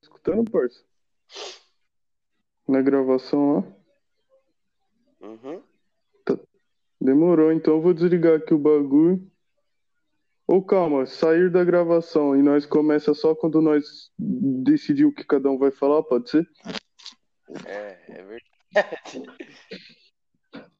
escutando, parça? Na gravação lá? Uhum. Demorou, então eu vou desligar aqui o bagulho. Ou calma, sair da gravação e nós começa só quando nós decidir o que cada um vai falar, pode ser? É, é verdade.